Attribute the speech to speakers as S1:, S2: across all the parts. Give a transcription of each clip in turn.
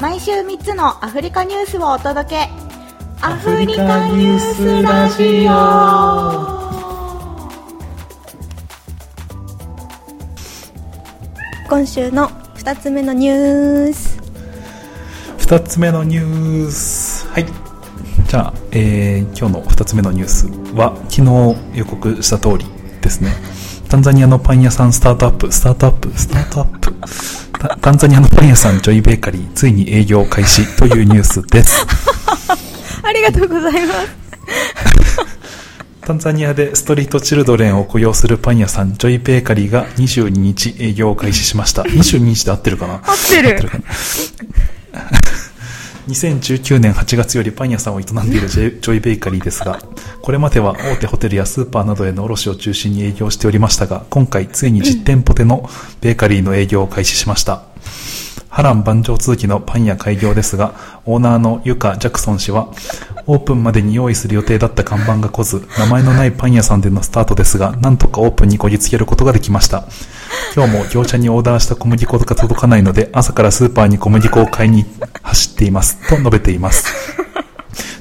S1: 毎週3つのアフリカニュースをお届けア
S2: フリカニュースラジ
S3: 今週の2つ目のニュース
S2: 2つ目のニュースはいじゃあ、えー今日の2つ目のニュースは昨日予告した通りですねタンザニアのパン屋さんスタートアップスタートアップスタートアップタタンザニアのパン屋さんジョイベーカリーついに営業開始というニュースです
S3: ありがとうございます
S2: タンザニアでストリートチルドレンを雇用するパン屋さんジョイベーカリーが22日営業を開始しました22日で合ってるかな
S3: 合ってる
S2: 2019年8月よりパン屋さんを営んでいるジェジョイベーカリーですが、これまでは大手ホテルやスーパーなどへの卸を中心に営業しておりましたが、今回ついに実店舗でのベーカリーの営業を開始しました。波乱万丈続きのパン屋開業ですが、オーナーのユカ・ジャクソン氏は、オープンまでに用意する予定だった看板が来ず、名前のないパン屋さんでのスタートですが、なんとかオープンにこぎつけることができました。今日も業者にオーダーした小麦粉が届かないので、朝からスーパーに小麦粉を買いに走っています、と述べています。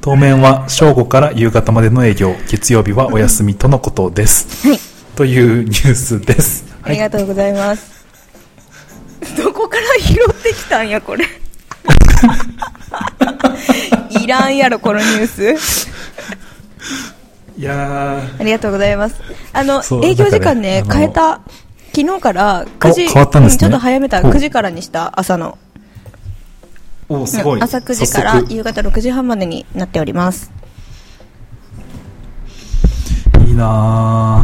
S2: 当面は正午から夕方までの営業、月曜日はお休みとのことです。
S3: はい
S2: というニュースです。
S3: ありがとうございます。 どこから拾ってきたんや、これ。 いらんやろ、このニュース。
S2: いやー、
S3: ありがとうございます。あの
S2: そ、う
S3: 営業時間ね
S2: だ、から
S3: 変えた。昨日から9時、
S2: お変わったんですね
S3: うちょっと早めた。
S2: ほう
S3: 9時からにした、朝の。
S2: おーすごい。
S3: 朝9時から
S2: 早速
S3: 夕方6時半までになっております。
S2: いいな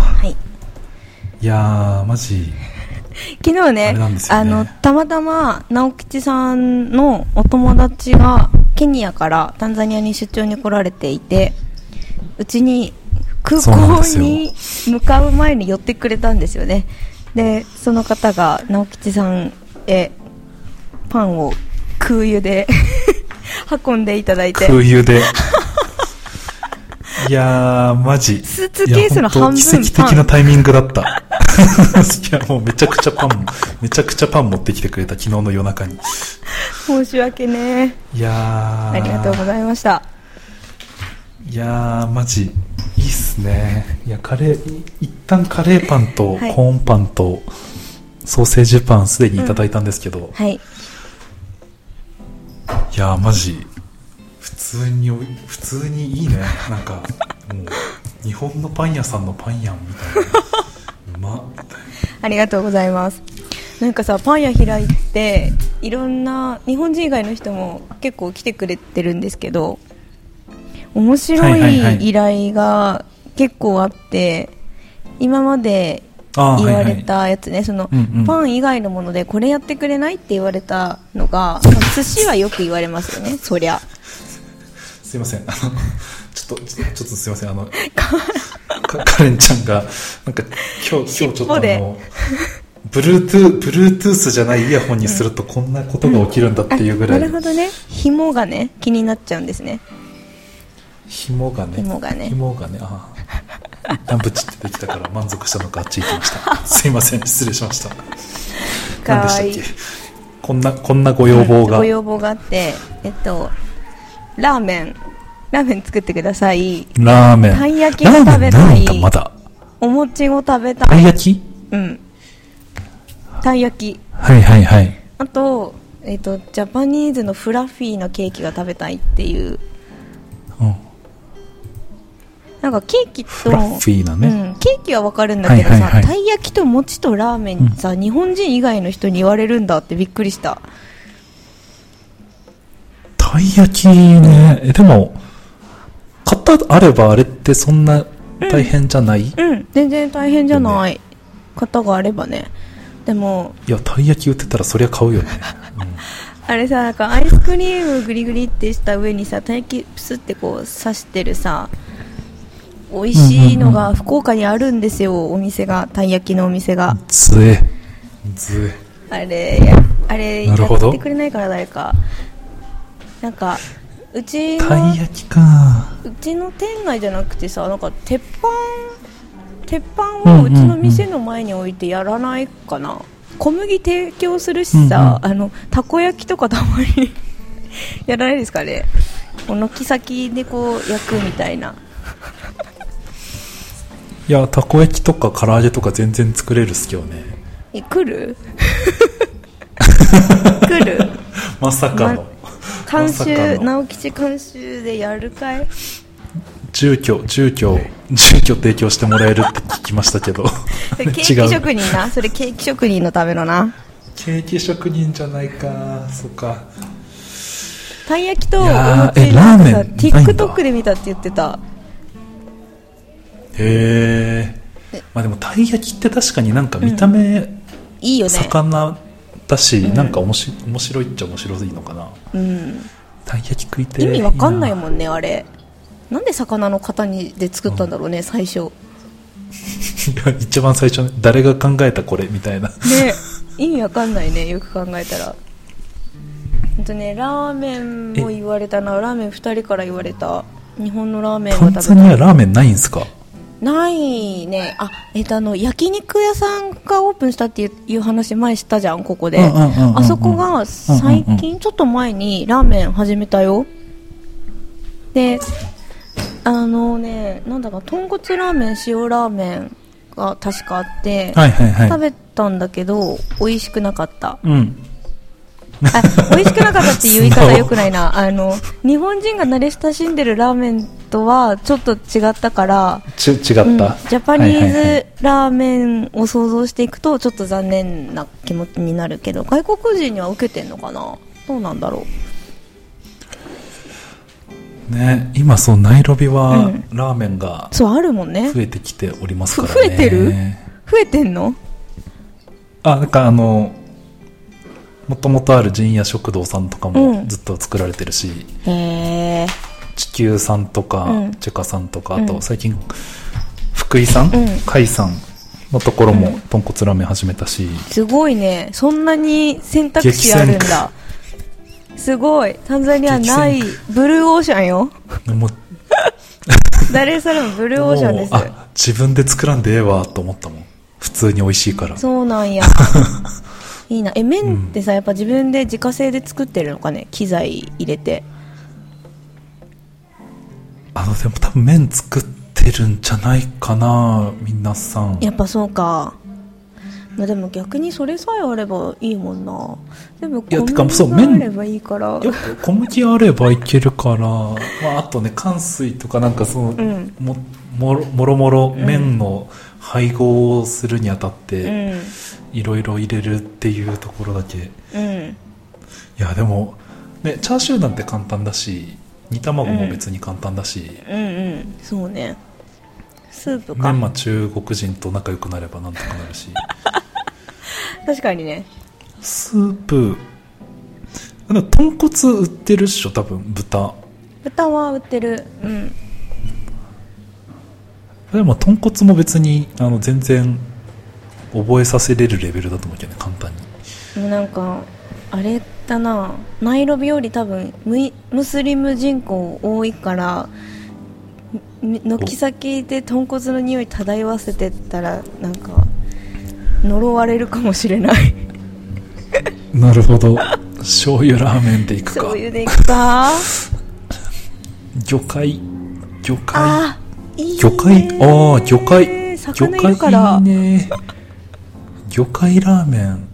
S2: ー。
S3: はい。
S2: いやー、マジ。
S3: 昨日
S2: あ
S3: ね
S2: れなんですよね
S3: あのたまたま直吉さんのお友達がケニアからタンザニアに出張に来られていてうちに空
S2: そうなんで
S3: 港
S2: すよ
S3: に向かう前に寄ってくれたんですよねでその方が直吉さんへパンを空輸で 運んでいただいて
S2: 空輸 で。いやー、マジ。
S3: スーツケースの半分
S2: いや本当奇跡的なタイミングだ った。いや、もうめちゃくちゃパン、めちゃくちゃパン持ってきてくれた、昨日の夜中に。
S3: 申し訳ね
S2: いやー。
S3: ありがとうございました
S2: いやー、マジ。いいっすね。いや、カレー、一旦カレーパンと
S3: はい
S2: コーンパンとソーセージパンすでにいただいたんですけど、い
S3: はい
S2: やー、マジ。普通におい、普通にいいね。なんか、もう、日本のパン屋さんのパンやんみたいな。うまっ。
S3: ありがとうございます。なんかさパン屋開いていろんな日本人以外の人も結構来てくれてるんですけど面白
S2: はいはいはい
S3: い依頼が結構あって今まで
S2: あー
S3: 言
S2: はいは
S3: わ
S2: い
S3: れたやつねその
S2: うんうん
S3: パン以外のものでこれやってくれないって言われた のがまあ寿司はよく言われますよねそりゃ
S2: すいません。あの、ちょっと、ちょっとちょっとすいません。あの、かカレンちゃんが、なんか、今日、今日ちょっとあ
S3: 尻
S2: の、ブルートゥー、ブルートゥースじゃないイヤホンにするとこんなことが起きるんだっていうぐら
S3: あないる、ほどね紐がね気になっちゃうんですね
S2: 紐がね、
S3: 紐がね
S2: 紐がね、ああ。一旦ブチってできたから満足したのかあっち行きました。すいません、失礼しました。
S3: か
S2: 何で
S3: わいい
S2: したっけこんな、こんなご要望が。
S3: ご要望があって、えっと、ラーメン、ラーメン作ってください。
S2: ラーメン。
S3: たい焼きが食べたい
S2: ラーメンなんだ、まだ。
S3: お餅を食べた
S2: たい
S3: い。
S2: 焼き
S3: うん。たい焼き。
S2: はいはいはい。
S3: あと、えっと、ジャパニーズのフラッフィーのケーキが食べたいっていう。
S2: うん
S3: なんかケーキと、
S2: フラッフィーなね
S3: うん、ケーキはわかるんだけどさ、
S2: はいはいはい
S3: たい焼きと餅とラーメンさ、日本人以外の人に言われるんだってびっくりした。
S2: たい焼きね。え、でも、型あればあれってそんな大変じゃない、い
S3: うん、全然大変じゃない方があればね。でも、
S2: や、たい焼き売ってたらそりゃ買うよね。
S3: あれさなんかアイスクリームグリグリってした上にさ大気プスってこう刺してるさ美味しいの
S2: うんうんう
S3: が福岡にあるんですよお店がたい焼きのお店が
S2: ずえ。ず
S3: あれやあれや
S2: なるほど
S3: ってくれないから誰かなんかうち
S2: え。た
S3: の
S2: い焼きか。
S3: うちの店内じゃなくてさなんか鉄板鉄板をうちの店の前に置いてやらないかな、小麦提供するしさ、あのたこ焼きとかたまに やらないですかねこの木先でこう焼くみたいない
S2: や、たこ焼きとか唐揚げとか全然作れるっすけどね。
S3: え来る来る
S2: まさかの。
S3: 監
S2: まさ
S3: 修
S2: かの
S3: 直吉監修でやる かい
S2: 住居、住居、住居提供してもらえるって聞きましたけ ど。
S3: それケーキ
S2: 違う。
S3: 職人なそれケーキ職人のためのな
S2: ケーキ職人じゃないか。そっか。
S3: たい焼きとお
S2: いやー
S3: 餅
S2: え
S3: なん
S2: ラー
S3: かさ
S2: メンないんだ
S3: TikTok で見たって言ってた
S2: へえ。まあでも、たい焼きって確かになんか見た目、
S3: いいよね
S2: 魚だし、なんかおもし面白いっちゃ面白いのかな。
S3: うん
S2: たい焼き食いて
S3: 意
S2: え
S3: 味わかんない
S2: い
S3: もんねあれなんで魚の型にで作ったんだろうね最初
S2: いや一番最初ね、誰が考えたこれみたいな。
S3: ね 意味わかんないねよく考えたらほんとねラーメンも言われたなラーメン2人から言われた日本のラーメン
S2: タ
S3: は
S2: ン
S3: 食
S2: ザ
S3: べ
S2: ニア
S3: た
S2: ラーメンないんすか
S3: ないねあえっとあの焼肉屋さんがオープンしたっていういう話前したじゃんここで
S2: うんうんうんうんうん
S3: あそこが最
S2: うんうん
S3: 近ちょっと前にラーメン始めたよであのねなんだか豚骨ラーメン塩ラーメンが確かあって、
S2: はいはいはい。
S3: 食べたんだけど美味しくな かった
S2: うん。
S3: あ美味しくなかったっていう言い方良くないなあの日本人が慣れ親しんでるラーメンとはちょっと違ったから
S2: ち違った、
S3: うんジャパニ
S2: は
S3: ー
S2: いはいはい
S3: ズラーメンを想像していくとちょっと残念な気持ちになるけど外国人には受けてんのかなどうなんだろう
S2: ね、今そうナイロビは
S3: うん
S2: ラーメンが
S3: そうあるもんね
S2: 増えてきておりますからね、
S3: ふ増えてる増えてんの
S2: あなんかあのもともとある陣屋食堂さんとか
S3: う
S2: も
S3: ん
S2: ずっと作られてるし、
S3: へえ
S2: 地球さんとか、
S3: うん
S2: チェカさんとか
S3: う
S2: あ
S3: ん
S2: と最近福井さん、
S3: ん
S2: 海さんのところも豚骨ラーメン始めたし、
S3: すごいねそんなに選択肢あるん
S2: 激戦
S3: だすごいタンザニアない
S2: 激
S3: ブルーオーシャンよ
S2: もう
S3: 誰それもブルーオーシャンです
S2: もうあ自分で作らんでええわと思ったもん普通に美味しいから
S3: そうな んやいいなえ麺ってさやっぱ自分で自家製で作ってるのかね機材入れて
S2: あのでも多分麺作ってるんじゃないかな皆さん
S3: やっぱそうかまあでも逆にそれさえあればいいもんなでも
S2: いや
S3: 小
S2: てか
S3: 麦
S2: そう
S3: があ
S2: 麺
S3: ればいいから
S2: よく小麦あればいけるから、まあ、あとね乾水とかなんかその、
S3: ん
S2: ももろもろもろ麺の配合をするにあたっ
S3: う
S2: て
S3: ん
S2: いろいろ入れるっていうところだけい
S3: うん
S2: やでも、ね、チャーシューなんて簡単だし煮卵も別に簡単だし、
S3: うんうんそうねスープか
S2: 麺は中国人と仲良くなればなんとかなるし
S3: 確かにね
S2: スープなんか豚骨売ってるっしょ多分豚
S3: 豚は売ってるうん
S2: でも豚骨も別にあの全然覚えさせれるレベルだと思うけどね簡単に
S3: でもなんかあれだなナイロビより多分ムイムスリム人口多いからみ軒先で豚骨の匂い漂わせてったらなんか呪われるかもしれない
S2: なるほど醤油ラーメンでいく
S3: 醤
S2: か
S3: 油でいくか
S2: 魚介魚介
S3: あーいいね
S2: 魚介ああ魚介
S3: 魚いるか
S2: 魚
S3: ら
S2: 介いいね魚介ラーメン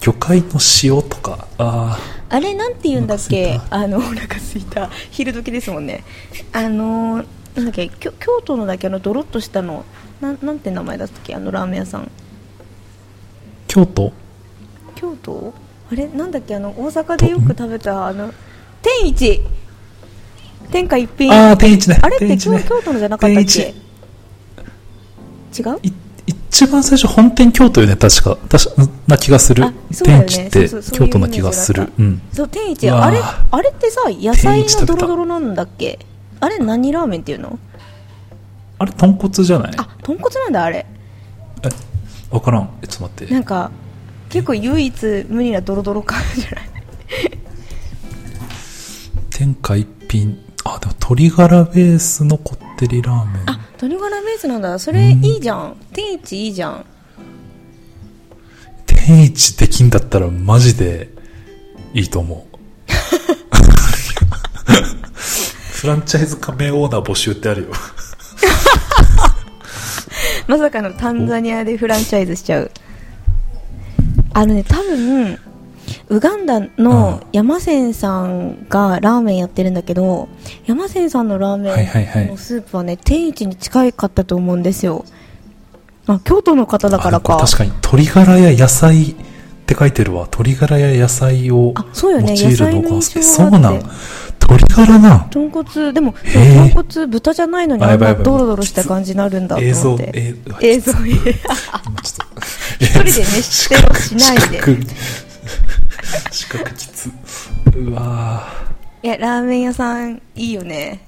S2: 魚介の塩とかあ
S3: あれなんて言うんだっけ
S2: お腹すい
S3: あのお 腹すいた昼時ですもんねあのーなんだっけきょ京都のだけあのドロッとしたのなんなんて名前だったっけあのラーメン屋さん
S2: ー京都
S3: 京都あれなんだっけあの大阪でよく食べたあの天一天下一品
S2: あ
S3: あ
S2: あ天一ね
S3: れって
S2: 天
S3: 京
S2: 一ね
S3: 京都のじゃなかったっけ
S2: 天
S3: 違う
S2: い一番最初本店京都よね確か確かな気がする、
S3: あそうだよ
S2: 天一
S3: ね
S2: って
S3: そうそうそうい
S2: 京
S3: う
S2: 都な気がす
S3: イ
S2: る
S3: メー
S2: うん
S3: そう天一
S2: うわー
S3: あれあれってさ野菜
S2: 天一食べ
S3: の
S2: た
S3: ドロドロなんだっけあれ何ラーメンっていうの
S2: あれ豚骨じゃない
S3: あ豚骨なんだあれ
S2: え分からんえちょっと待って
S3: なんか結構唯一無二なドロドロ感じゃない
S2: 天下一品あでも鶏ガラベースのこってりラーメン
S3: あ鶏ガラベースなんだそれいいじゃん天一いいじゃん
S2: 天一できんだったらマジでいいと思うフランチャイズ加盟オーナー募集ってあるよ。
S3: まさかのタンザニアでフランチャイズしちゃうあのね多分ウガンダの山千さんがラーメンやってるんだけど山千さんのラー
S2: はいはいは
S3: メン
S2: い
S3: のスープはね天一に近かったと思うんですよあ京都の方だからか
S2: あ確かに、鶏ガラや野菜って書いてるわ。鶏ガラや野菜を
S3: あそ
S2: 用
S3: う
S2: い
S3: よ
S2: る
S3: ね
S2: 動画
S3: 野菜の
S2: そ
S3: 印
S2: う
S3: 象
S2: な
S3: があ
S2: ん
S3: って。
S2: 鶏ガラな。
S3: 豚骨でも
S2: へえ
S3: 豚骨豚じゃないのに
S2: あ
S3: あ
S2: や
S3: ん
S2: ばい
S3: な
S2: やばい
S3: ドロドロした感じになるんだと
S2: 映
S3: 思
S2: 像
S3: っ、
S2: え
S3: て
S2: ーうわ
S3: 映像一
S2: 今ちょっと。
S3: 人で熱視点をしない
S2: 四
S3: で
S2: 角。四角きつ。うわ
S3: いやラーメン屋さんいいよね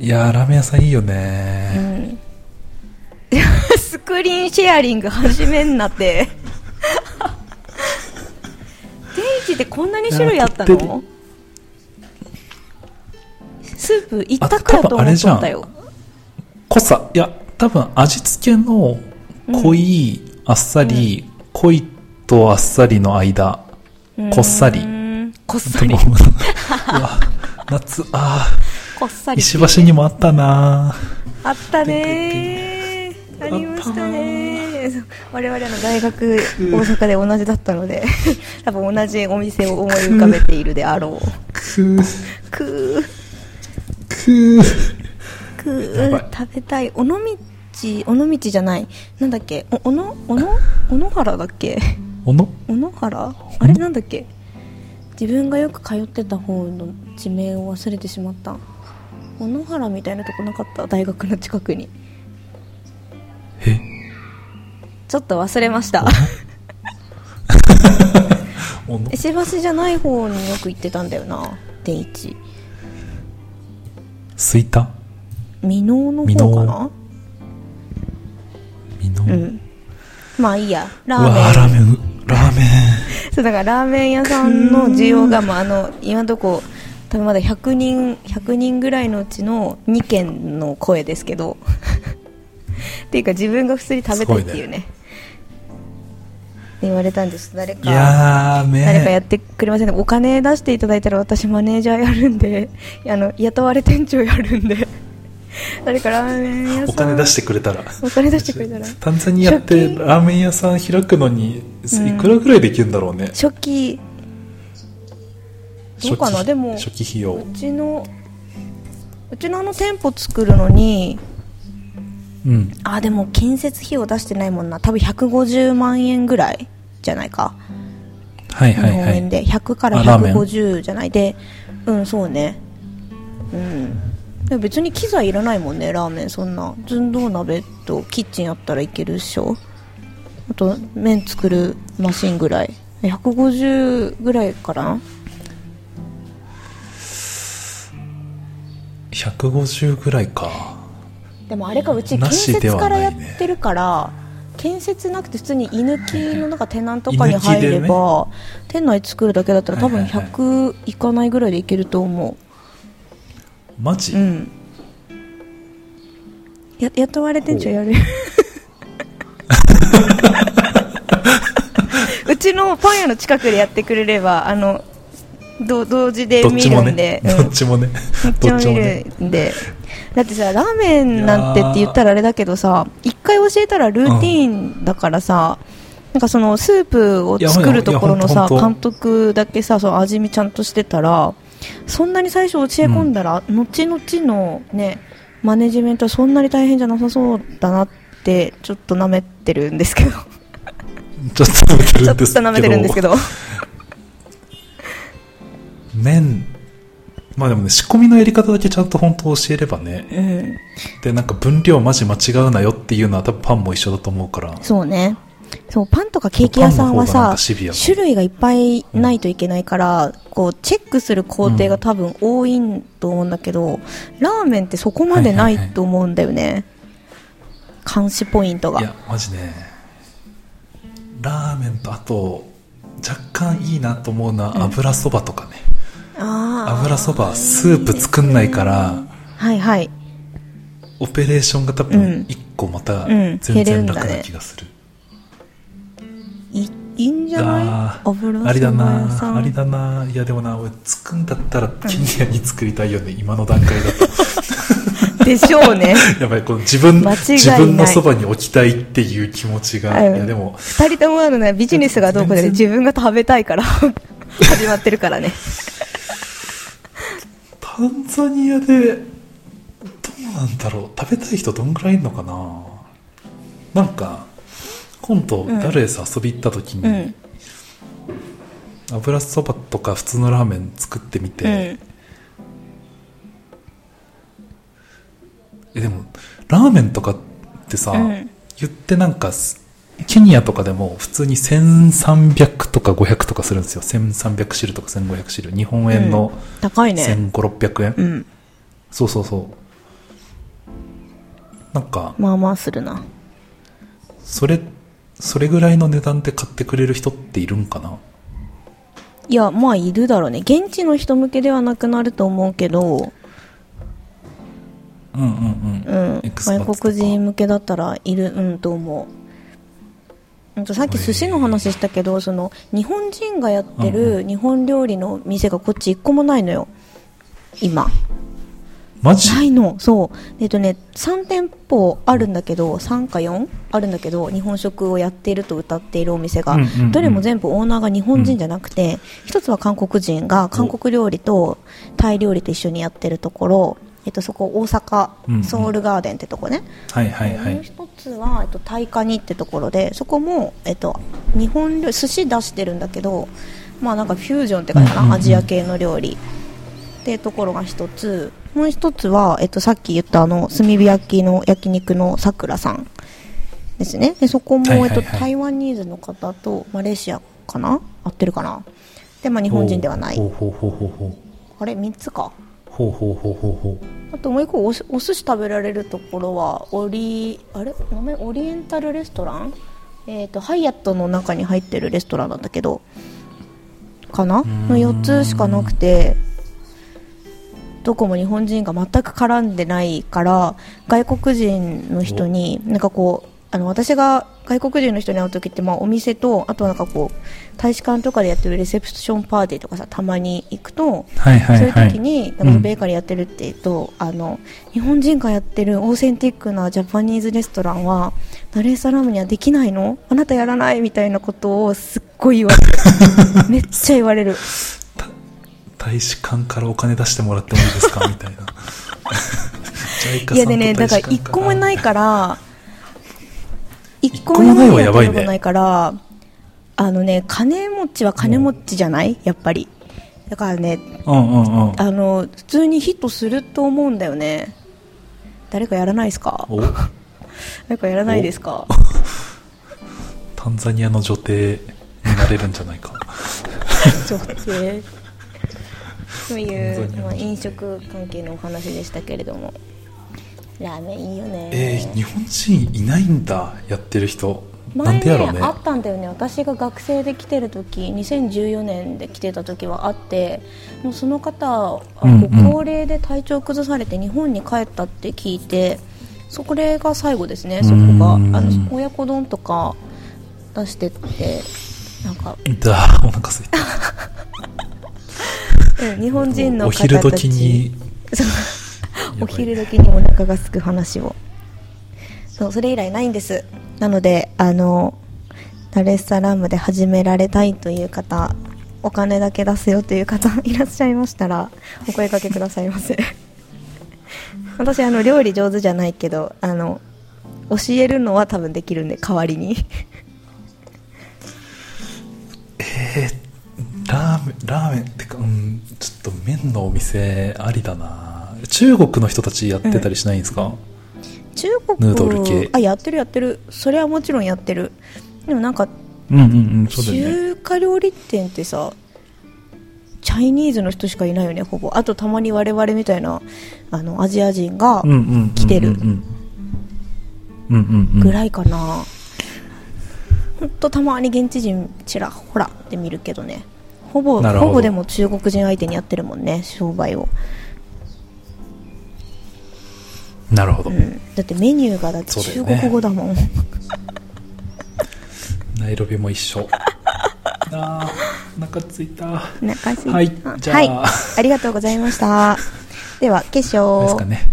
S2: ーいやーラーメン屋さんいいよ
S3: う
S2: ね。
S3: んスクリーンシェアリング始めんな って定位置でこんなに種類あった
S2: いやだっ
S3: のスープ一択だと思っとったよ
S2: 濃さ、いや、多分味付けの濃い、あっさり、濃いとあっさりの間、こっさり
S3: う。ーんこっさ
S2: で
S3: り
S2: もうわ夏、あ
S3: こっさ
S2: あ、
S3: り
S2: 石橋にもあったな
S3: あったねー
S2: ピン
S3: あ
S2: クピ
S3: り
S2: ンク
S3: ましたねーそう我々の大学大阪で同じだったの で多分同じお店を思い浮かべているであろう
S2: くー、
S3: く
S2: くー。
S3: ーく
S2: やばい
S3: ー食べたい尾道尾道じゃないなんだっけお小野小野小野原だっけ
S2: おの
S3: 小野原あれなんだっけ自分がよく通ってた方の地名を忘れてしまった小野原みたいなとこなかった大学の近くに
S2: え
S3: ちょっと忘れました
S2: おの
S3: 石橋じゃない方によく行ってたんだよな定位置
S2: すいた
S3: 箕面の方かな
S2: みの。
S3: うんまあいいやラ
S2: うわーラ
S3: ー
S2: ー
S3: メン
S2: メン、ラーメ
S3: そうだからラーメン屋さんの需要が、まあ、あの今のとこ多分まだ100人100人ぐらいのうちの2件の声ですけど っていうか自分が普通に食べたいっていうねって言われたんです誰
S2: ン。
S3: か
S2: いやー、ね
S3: 誰かやってくれませんかお金出していただいたら私マネージャーやるんで あの雇われ店長やるんで 誰かラーメン屋さん
S2: お金出してくれたら。
S3: お金出してくれたら
S2: タンザニアってラーメン屋さん開くのに、いくらぐらいできるんだろうね。
S3: 初期どうかな
S2: 初期
S3: でも
S2: 初期費用
S3: う。ちのうちのあの店舗作るのに
S2: うん。
S3: あでも建設費を出してないもんな多分150万円ぐらいじゃないか
S2: はい
S3: 日
S2: は
S3: 本
S2: いは
S3: 円
S2: い。
S3: で100から
S2: あラーメン
S3: 150じゃないでうんそうねうんでも別に機材いらないもんねラーメンそんな寸胴鍋とキッチンあったらいけるっしょあと麺作るマシンぐらい150ぐらいかな
S2: 150ぐらいか。
S3: でもあれかうち
S2: な
S3: 建
S2: しで
S3: 設
S2: は
S3: か
S2: な
S3: ら
S2: いね
S3: やってるから、建設なくて普通に居抜きのなんかテナントとかに入れ
S2: 居抜きでね
S3: ば、店内作るだけだったら多分
S2: はいはいはい
S3: 100いかないぐらいでいけると思う、
S2: マジ、
S3: うんや雇われ店長や るうちのパン屋の近くでやってくれればあのど同時で
S2: どっ
S3: 見
S2: ちも
S3: るんで
S2: ね、
S3: うん
S2: どっちもね。
S3: どっちも見るんでだってさラーメンなんてって言ったらあれだけどさ一回教えたらルーティーンだからさ、なんかそのスープを作るところの
S2: いや
S3: さ
S2: ほんとほん
S3: 監督だけさその味見ちゃんとしてたらそんなに最初教え込んだら、後々のねマネジメントはそんなに大変じゃなさそうだなってちょっと舐めてるんですけど
S2: ちょっと舐めて
S3: ちょ
S2: る
S3: っ
S2: ん
S3: と
S2: ですけど。
S3: 舐めてるんですけど
S2: 麺、まあでもね、仕込みのやり方だけちゃんと本当教えればね。
S3: うん
S2: で、なんか分量マジ間違うなよっていうのは多分パンも一緒だと思うから。
S3: そうね。そう、パンとかケーキ屋さんは
S2: パンの方がなん
S3: さ
S2: かシビア、そう
S3: 種類がいっぱいないといけないから、こう、チェックする工程が多分多いと思うんだけど、ラーメンってそこまでな
S2: はいはいは
S3: い
S2: い
S3: と思うんだよね。監視ポイント
S2: い
S3: が
S2: や。マジねラーメンとあと若干いいなと思うのは油そばとかね、
S3: あ
S2: 油そばはスープ作んないから
S3: あ。はいはい。
S2: オペレーションが多
S3: う
S2: 分
S3: ん
S2: 1個また
S3: うん
S2: 全
S3: 減る
S2: 然
S3: んだね
S2: 楽な気がする,、
S3: いいいんじゃない
S2: あ
S3: 油そば
S2: ありだ
S3: 屋さ
S2: なんありだないやでもな俺作るんだったらケニアに作りたいよね、今の段階だと
S3: でしょう ね
S2: やばいこの自分
S3: 間違いない
S2: 自分のそばに置きたいっていう気持ちが、
S3: うん
S2: いやでも
S3: 二人ともあのねビジネスがどうこうで
S2: 全
S3: 自分が食べたい から始まってるからね
S2: タンザニアでどうなんだろう食べたい人どんぐらいいるのかななんか今度
S3: ん
S2: ダルエス遊び行った時に、
S3: うん
S2: 油そばとか普通のラーメン作ってみ
S3: う
S2: て、
S3: ん
S2: えでもラーメンとかってさ、
S3: うん
S2: 言ってなんかすケニアとかでも普通に1300とか500とかするんですよ1300シルとか1500シル日本円の
S3: 高いね
S2: 1500600円、
S3: うん
S2: そうそうそうなんか
S3: まあまあするな
S2: それそれぐらいの値段で買ってくれる人っているんかない
S3: やまあいるだろうね現地の人向けではなくなると思うけど、
S2: うんうんう、
S3: うんん、
S2: エクスパッツとか
S3: 外国人向けだったらいるうんと思ううんとさっき寿司の話したけどその日本人がやってる日本料理の店がこっち一個もないのよ今
S2: マジ
S3: ないのそうえっとね3店舗あるんだけど3か4あるんだけど日本食をやっていると歌っているお店が、
S2: うんうんうん
S3: どれも全部オーナーが日本人じゃなくて、一つは韓国人が韓国料理とタイ料理と一緒にやってるところ、えっと、そこ大
S2: うんうん
S3: 阪ソウルガーデンってとこね、
S2: はいはいは
S3: もう
S2: い
S3: 一つは、えっと、タイカニってところでそこも、えっと、日本料寿司出してるんだけど、まあ、なんかフュージョンって感じかな、
S2: うんうんうん
S3: アジア系の料理っていうところが一つもう一つは、えっと、さっき言ったあの炭火焼きの焼肉のさくらさんですねでそこも、
S2: はいはいはい
S3: えっと、台湾ニーズの方とマレーシアかな合ってるかなで、まあ、日本人ではない
S2: ほうほうほうほうほう
S3: あれ3つか
S2: ほうほうほうほうほう
S3: あともう一個おすお寿司食べられるところはオリあれ名前オリエンタルレストラン、えー、とハイアットの中に入ってるレストランなんだけどかなの4つしかなくてどこも日本人が全く絡んでないから外国人の人になんかこうあの私が外国人の人に会う時ってまあお店とあとなんかこう大使館とかでやってるレセプションパーティーとかさたまに行くと
S2: はいは
S3: そう
S2: い
S3: いう
S2: はい
S3: 時に、
S2: うん
S3: ベーカリーやってるって言うと、あの、日本人がやってるオーセンティックなジャパニーズレストランは、ナレーサラムにはできないのあなたやらないみたいなことをすっごい言わ れる。めっちゃ言われる。
S2: 大使館からお金出してもらってもいいですかみたいな JICA
S3: いやでね、
S2: さんと大使
S3: だから
S2: 館
S3: 一個もないから、一
S2: 個もないはやばいね
S3: 個もないから、あのね、金持ちは金持ちじゃないやっぱり。だからね、
S2: うんうんうん
S3: あの、普通にヒットすると思うんだよね。誰かやらないですか
S2: お
S3: なんかやらないですか
S2: タンザニアの女帝になれるんじゃないか
S3: 女性とい
S2: 本
S3: う
S2: 当、に
S3: まあ、飲食関係のお話でしたけれどもラーメンいいよね
S2: えー、日本人いないんだやってる人な
S3: 前
S2: ん
S3: ね
S2: でやろうね
S3: あったんだよね私が学生で来てる時2014年で来てた時はあってもうその方は
S2: うんうん
S3: ご高齢で体調崩されて日本に帰ったって聞いてそこれが最後ですねそこがあ
S2: うん
S3: の親子丼とか出してってなんか
S2: だお腹すいた
S3: うん日本人の
S2: お
S3: 方たち
S2: 昼時に
S3: そう
S2: ばい
S3: お昼時にお腹がすく話をそうそれ以来ないんですなのであのダレッサラムで始められたいという方お金だけ出すよという方 いらっしゃいましたらお声掛けくださいませ 私あの料理上手じゃないけどあの教えるのは多分できるんで代わり に
S2: ラーメンラーメンってかうんちょっと麺のお店ありだな中国の人たちやってたりしないんですか、
S3: 中国
S2: ヌードル系
S3: あやってるやってるそれはもちろんやってるでもなんか
S2: うん、うんうんそうだよね
S3: 中華料理店ってさチャイニーズの人しかいないよねほぼあとたまに我々みたいなあのアジア人が
S2: うんうんうんうんうん
S3: 来てる
S2: うんうんうん
S3: ぐらいかな、ほんとたまに現地人ちらほらって見るけどねほぼ
S2: なるほ
S3: ほ
S2: ど
S3: ぼでも中国人相手にやってるもんね商売を、
S2: なるほど、
S3: うん、だってメニューがだって
S2: そうだよ
S3: 中
S2: ね
S3: 国語だもん
S2: ナイロビも一緒あーお腹ついた
S3: お腹すいた
S2: はいじゃあ
S3: はい、ありがとうございましたでは化粧
S2: ですかね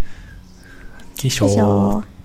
S2: 化
S3: 化
S2: 粧
S3: 粧